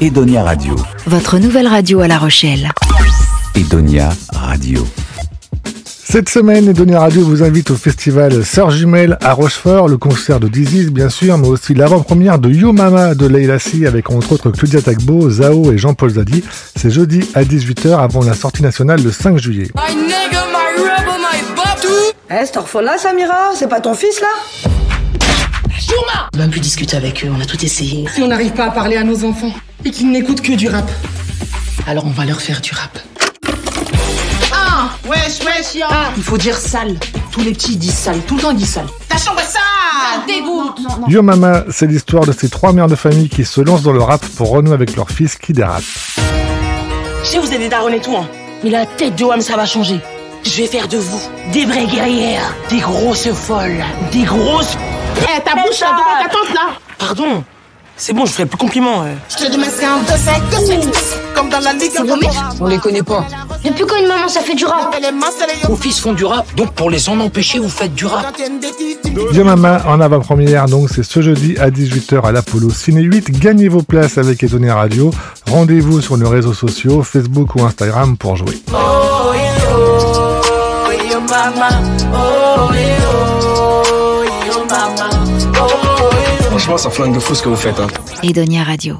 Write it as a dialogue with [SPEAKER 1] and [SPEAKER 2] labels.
[SPEAKER 1] Edonia Radio.
[SPEAKER 2] Votre nouvelle radio à La Rochelle.
[SPEAKER 1] Edonia Radio.
[SPEAKER 3] Cette semaine, Edonia Radio vous invite au festival Sœurs Jumelles à Rochefort, le concert de Diziz bien sûr, mais aussi l'avant-première de Yo Mama de Leila Si avec entre autres Claudia Tagbo, Zao et Jean-Paul Zadi. C'est jeudi à 18h avant la sortie nationale le 5 juillet.
[SPEAKER 4] My nigga, my rebel, my bop tout
[SPEAKER 5] Eh, cet orphelin, Samira, c'est pas ton fils, là
[SPEAKER 6] On a pu discuter avec eux, on a tout essayé.
[SPEAKER 7] si on n'arrive pas à parler à nos enfants et qu'ils n'écoutent que du rap.
[SPEAKER 6] Alors on va leur faire du rap.
[SPEAKER 8] Ah, Wesh, wesh, yo
[SPEAKER 6] Il faut dire sale. Tous les petits ils disent sale, tout le temps ils disent sale.
[SPEAKER 8] Ta chambre est sale
[SPEAKER 9] dégoûte.
[SPEAKER 3] Yo Mama, c'est l'histoire de ces trois mères de famille qui se lancent dans le rap pour renouer avec leur fils qui dérape.
[SPEAKER 6] Je sais vous êtes des darons et tout, hein. Mais la tête de Wam, ça va changer. Je vais faire de vous des vraies guerrières, des grosses folles, des grosses.
[SPEAKER 8] Eh, ta bouche là devant ta tante là
[SPEAKER 6] Pardon. C'est bon, je ferai plus compliment. euh.
[SPEAKER 8] Je te demande c'est un 2 7 2 7 Comme dans la ligue de
[SPEAKER 6] On les connaît pas.
[SPEAKER 9] Depuis quand une maman ça fait du rap
[SPEAKER 8] Elle est masse, elle est yo
[SPEAKER 6] Vos fils font du rap, donc pour les en empêcher, vous faites du rap.
[SPEAKER 8] Quand t'es une détiste, tu me
[SPEAKER 3] Yo Mama en avant-première, donc c'est ce jeudi à 18h à l'Apollo Ciné 8. Gagnez vos places avec Edonia Radio. Rendez-vous sur nos réseaux sociaux, Facebook ou Instagram pour jouer.
[SPEAKER 10] Franchement, ça flingue de fou ce que vous faites. hein.
[SPEAKER 2] Edonia Radio.